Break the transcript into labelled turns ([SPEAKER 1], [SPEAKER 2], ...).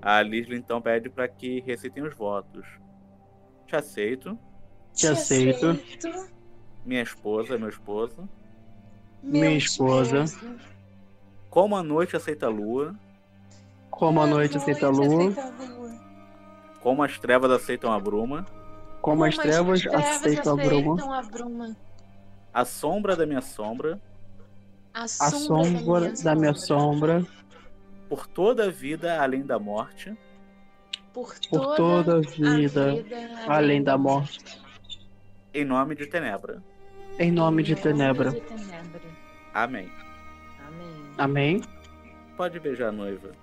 [SPEAKER 1] A Lisle então pede para que recitem os votos. Te aceito,
[SPEAKER 2] Te aceito.
[SPEAKER 1] minha esposa, meu esposo.
[SPEAKER 2] Minha esposa.
[SPEAKER 1] Como a noite aceita a lua,
[SPEAKER 2] Como a noite aceita a lua,
[SPEAKER 1] como as trevas aceitam a bruma,
[SPEAKER 2] como as trevas aceitam a bruma,
[SPEAKER 3] aceitam a bruma.
[SPEAKER 1] a sombra da minha sombra,
[SPEAKER 3] A
[SPEAKER 2] a sombra da minha sombra,
[SPEAKER 1] por toda a vida além da morte,
[SPEAKER 3] Por toda,
[SPEAKER 2] por toda a
[SPEAKER 3] a
[SPEAKER 2] vida, além da morte,
[SPEAKER 1] em nome de Tenebra.
[SPEAKER 2] em nome de
[SPEAKER 3] Em nome
[SPEAKER 2] Tenebra.
[SPEAKER 3] de Tenebra.
[SPEAKER 1] Amém.
[SPEAKER 3] Amém.
[SPEAKER 2] Amém?
[SPEAKER 1] Pode beijar a noiva.